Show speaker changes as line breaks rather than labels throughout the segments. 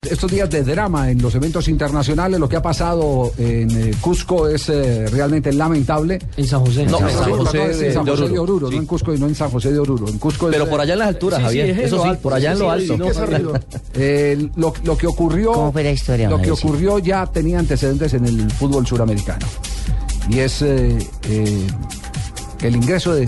Estos días de drama en los eventos internacionales, lo que ha pasado en eh, Cusco es eh, realmente lamentable.
En San José.
Sí,
No, en San
perdón,
José
es en
de-
San
de
José
Oruro.
no en Cusco y no en San José de Oruro. En Cusco es,
Pero por allá en las alturas,
Pues, eh, Sí, sí,
Javier.
es en
eso
lo
sí,
alto,
por allá en
sí,
lo
sí,
alto.
no, Javier.
eh, lo, lo que ocurrió.
¿Cómo fue la historia,
Lo que
Mauricio?
ocurrió ya tenía antecedentes en el fútbol suramericano. Y es eh, eh, el ingreso de,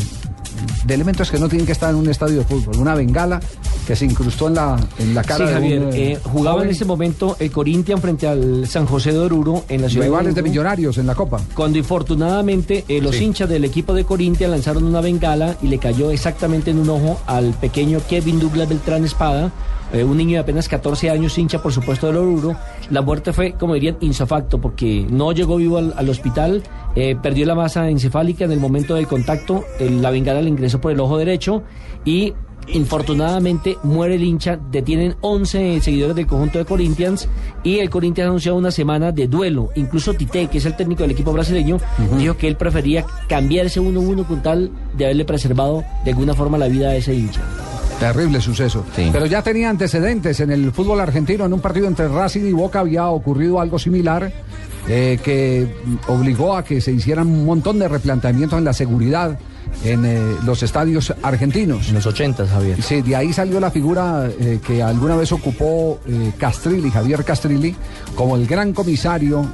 de elementos que no tienen que estar en un estadio de fútbol. Una bengala que se incrustó en la, en la cara
sí,
de
Javier,
un, eh,
eh, jugaba
joven.
en ese momento el Corinthians frente al San José de Oruro en la ciudad
Rivales de
Oruro,
Millonarios en la Copa.
Cuando infortunadamente eh, los
Sí.
hinchas del equipo de Corinthians lanzaron una bengala y le cayó exactamente en un ojo al pequeño Kevin Douglas Beltrán Espada, eh, un niño de apenas 14 años, hincha por supuesto del Oruro. La muerte fue, como dirían, insofacto porque no llegó vivo al, al hospital, eh, perdió la masa encefálica en el momento del contacto, el- la bengala le ingresó por el ojo derecho y Infortunadamente muere el hincha, detienen 11 seguidores del conjunto de Corinthians y el Corinthians anunció una semana de duelo. Incluso Tite, que es el técnico del equipo brasileño, dijo que él prefería cambiar ese 1-1 con tal de haberle preservado de alguna forma la vida a ese hincha.
Terrible suceso.
Sí.
Pero ya tenía antecedentes en el fútbol argentino. En un partido entre Racing y Boca había ocurrido algo similar eh, que mm, obligó a que se hicieran un montón de replanteamientos en la seguridad en eh, los estadios argentinos.
En los 80, Javier.
Sí, de ahí salió la figura eh, que alguna vez ocupó eh, Castrilli, Javier Castrilli, como el gran comisario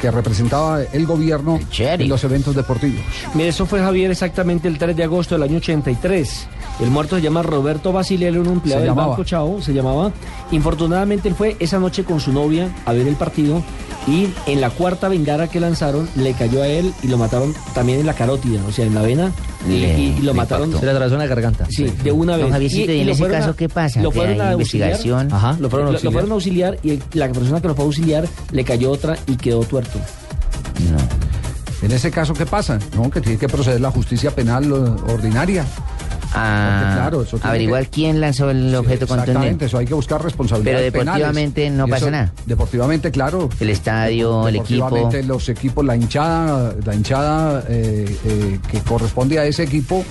que representaba el gobierno
El sheriff.
en los eventos deportivos.
Mira, eso fue Javier exactamente el 3 de agosto del año 83. El muerto se llama Roberto Basile, era un empleado
Se
del
llamaba.
Banco Chao, se llamaba. Infortunadamente él fue esa noche con su novia a ver el partido y en la cuarta vengara que lanzaron le cayó a él y lo mataron también en la carótida, o sea, en la vena y,
Le-
y lo
le
mataron.
impactó.
Se le atravesó en la garganta.
Sí, de una vez.
Don Javiercito, ¿y en
lo
ese
fueron
caso qué pasa?
Lo
¿Que
fueron
hay
a auxiliar?
investigación?
Ajá, lo fueron a
Lo- lo
auxiliar.
fueron a auxiliar y el- la persona que lo fue a auxiliar le cayó otra y quedó tuerto.
No.
En ese caso, ¿qué pasa? No, que tiene que proceder la justicia penal eh, ordinaria.
A
Porque, claro, eso tiene
averiguar
que-
Ah, quién lanzó el objeto
Exactamente,
contundente.
eso hay que buscar responsabilidades.
Pero deportivamente
penales.
no
Y
pasa nada.
Deportivamente, claro.
El estadio, el equipo.
Deportivamente, los equipos, la hinchada, la hinchada eh, eh, que corresponde a ese equipo.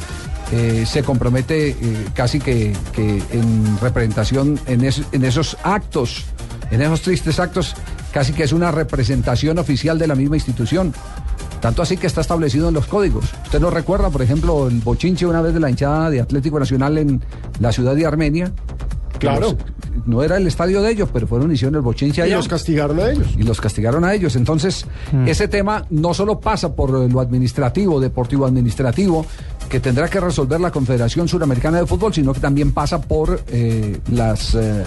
eh, se compromete eh, casi que, que en representación en, es- en esos actos, en esos tristes actos, casi que es una representación oficial de la misma institución. Tanto así que está establecido en los códigos. Usted no recuerda, por ejemplo, el bochinche una vez de la hinchada de Atlético Nacional en la ciudad de Armenia.
Claro.
Los- no era el estadio de ellos, pero fueron y hicieron el bochinche a
Y
ellos.
los castigaron a ellos.
Y los castigaron a ellos. Entonces, ese tema no solo pasa por eh, lo administrativo, deportivo administrativo, que tendrá que resolver la Confederación Suramericana de Fútbol, sino que también pasa por eh, las eh,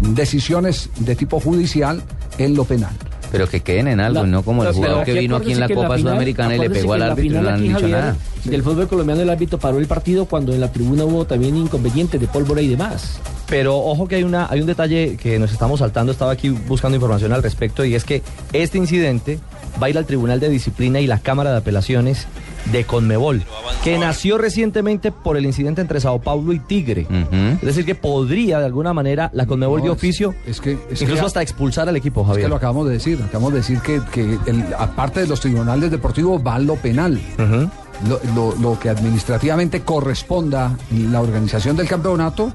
decisiones de tipo judicial en lo penal.
Pero que queden en algo,
La-
no como el
pero
jugador que vino aquí en la
acuérdese que
Copa
final-
Sudamericana y le
acuérdese
pegó
que
al
en la
árbitro y
final
no le han
aquí,
dicho
Javier,
nada.
Del fútbol colombiano el árbitro paró el partido cuando en la tribuna hubo también inconvenientes de pólvora y demás.
Pero ojo que hay, una, hay un detalle que nos estamos saltando, estaba aquí buscando información al respecto, y es que este incidente va a ir al Tribunal de Disciplina y la Cámara de Apelaciones de Conmebol, que nació recientemente por el incidente entre Sao Paulo y Tigre.
Ujú.
Es decir, que podría de alguna manera la Conmebol
No,
de
es-
oficio,
es que- es
incluso
que-
hasta expulsar al equipo,
Es
Javier.
que lo acabamos de decir, acabamos de decir que, que el- aparte de los tribunales deportivos va lo penal.
Ujú.
lo, lo- lo que administrativamente corresponda en la organización del campeonato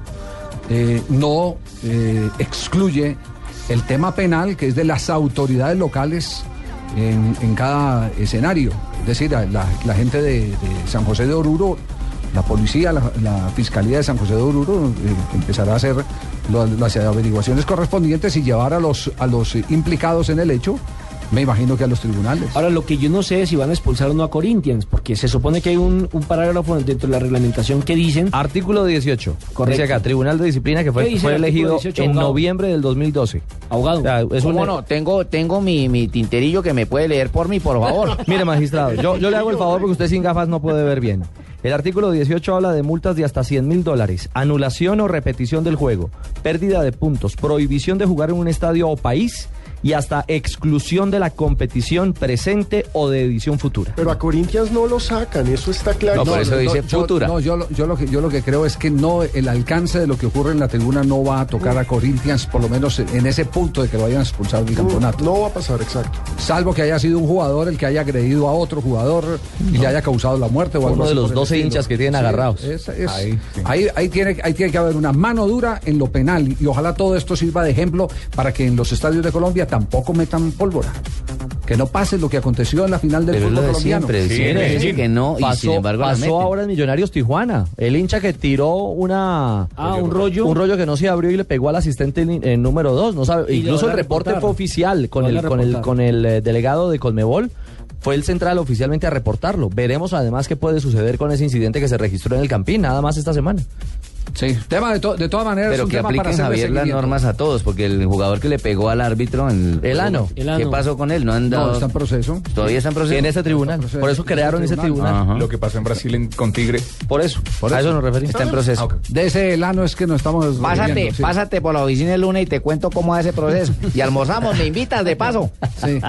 eh, no eh, excluye el tema penal que es de las autoridades locales en, en cada escenario. Es decir, la, la- la gente de, de San José de Oruro, la policía, la, la fiscalía de San José de Oruro eh, empezará a hacer lo- las averiguaciones correspondientes y llevar a los, a los implicados en el hecho, me imagino que a los tribunales.
Ahora, lo que yo no sé es si van a expulsar o no a Corinthians, porque se supone que hay un, un parágrafo dentro de la reglamentación que dicen
Ah,
Artículo 18.
Correcto.
Dice acá, Tribunal de Disciplina que
¿Qué
fue,
dice
fue
el artículo
elegido
18,
en
abogado?
noviembre del 2012.
ahogado.
O sea, es
¿Cómo
e-
un-
no? Tengo, tengo mi, mi tinterillo que me puede leer por mí, por favor.
Mire, magistrado, yo, yo le hago el favor porque usted sin gafas no puede ver bien. El artículo 18 habla de multas de hasta 100 mil dólares, anulación o repetición del juego, pérdida de puntos, prohibición de jugar en un estadio o país y hasta exclusión de la competición presente o de edición futura.
Pero a Corinthians no lo sacan, eso está claro.
No, por eso dice
yo,
futura.
no, yo, lo- yo lo que, yo lo que creo es que no el alcance de lo que ocurre en la tribuna no va a tocar a Corinthians, por lo menos en ese punto de que lo hayan expulsado del campeonato.
No va a pasar, exacto.
Salvo que haya sido un jugador el que haya agredido a otro jugador y le haya causado la muerte o algo
Uno de
así
los
por el
12
estilo.
hinchas que tienen agarrados.
es- es- ahí,
Ahí, sí.
ahí tiene, ahí tiene que haber una mano dura en lo penal y ojalá todo esto sirva de ejemplo para que en los estadios de Colombia tampoco metan pólvora. Que no pase lo que aconteció en la final del
Pero es
fútbol
lo de
colombiano.
siempre.
Sí,
siempre
Medellín.
dice que no y sin embargo la
pasó
meten.
ahora en Millonarios Tijuana. El hincha que tiró una.
Ah, un rollo.
Un rollo que no se abrió y le pegó al asistente en- en número 2. No sabe,
Y
incluso
lo van a
el reporte
reportar.
fue oficial con
Lo van
el,
a
con, el,
reportar.
con el eh, delegado de Colmebol. Fue el central oficialmente a reportarlo. Veremos además qué puede suceder con ese incidente que se registró en el Campín, nada más esta semana.
Sí, tema de, to- de todas maneras es
Pero
un
que
tema para
apliquen,
hacerle
Javier, las
seguimiento.
normas a todos, porque el jugador que le pegó al árbitro en
El ano.
El ano.
¿Qué pasó con él? No han dado.
No, está en proceso.
Todavía está en
Pues
proceso.
En ese tribunal.
proceso.
Por eso
En ese
crearon ese
tribunal.
tribunal.
Ajá.
Lo que pasó en Brasil en- con Tigre.
Ah.
Por eso. A eso nos referimos.
Está en proceso.
Ah, ok.
De ese lano es que no estamos.
Pásate,
viendo, sí.
pásate por la oficina el lunes y te cuento cómo va ese proceso. Y almorzamos, me invitas de paso.
Sí.